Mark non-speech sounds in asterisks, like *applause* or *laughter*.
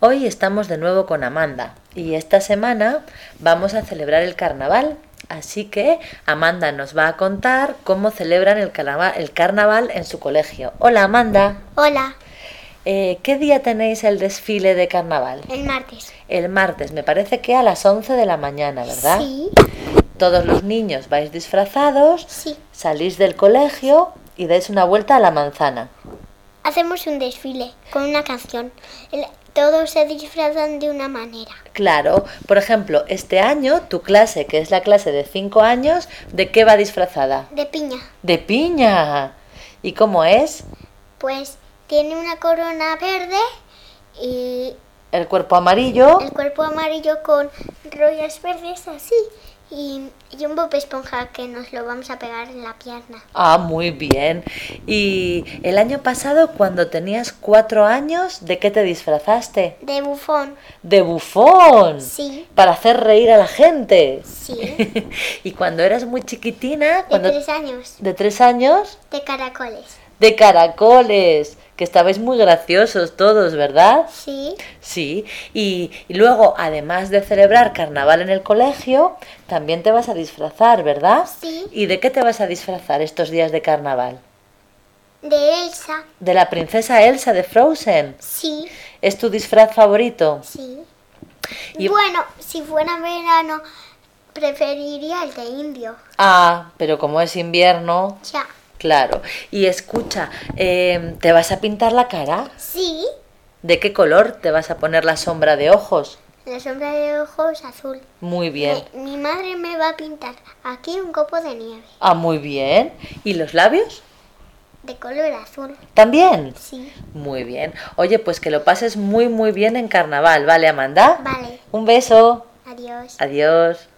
Hoy estamos de nuevo con Amanda y esta semana vamos a celebrar el carnaval. Así que Amanda nos va a contar cómo celebran el, carnaval, el carnaval en su colegio. Hola Amanda, Hola, Eh, ¿qué día tenéis el desfile de carnaval? el martes. El martes, me parece que a las 11 de la mañana, ¿verdad? Sí, Todos los niños vais disfrazados, sí. salís del colegio y dais una vuelta a la manzana. Hacemos un desfile con una canción. El- todos se disfrazan de una manera. Claro, por ejemplo, este año tu clase, que es la clase de 5 años, ¿de qué va disfrazada? De piña. De piña. ¿Y cómo es? Pues tiene una corona verde y El cuerpo amarillo, el cuerpo amarillo con rollas verdes así. Y, y un Bob Esponja que nos lo vamos a pegar en la pierna. Ah, muy bien. Y el año pasado, cuando tenías cuatro años, ¿de qué te disfrazaste? De bufón. De bufón. Sí, Para hacer reír a la gente. *laughs* sí. y cuando eras muy chiquitina, De cuando tres años. de tres años, De caracoles. de caracoles, que estabais muy graciosos todos, ¿verdad? Sí, Sí. Y, y luego, además de celebrar carnaval en el colegio, también te vas a disfrazar, ¿verdad? Sí. ¿Y de qué te vas a disfrazar estos días de carnaval? de Elsa. De la princesa Elsa de Frozen. Sí. ¿Es tu disfraz favorito? Sí. Y- Bueno, si fuera verano, preferiría el de indio. Ah, pero como es invierno, Ya. claro. Y escucha, eh, ¿te vas a pintar la cara? Sí. ¿De qué color te vas a poner la sombra de ojos? La sombra de ojos azul. Muy bien. Mi, mi madre me va a pintar aquí un copo de nieve. Ah, muy bien. ¿Y los labios? De color azul. También. Sí. Muy bien. Oye, pues que lo pases muy, muy bien en carnaval, ¿vale, Amanda? Vale. Un beso. Adiós. Adiós.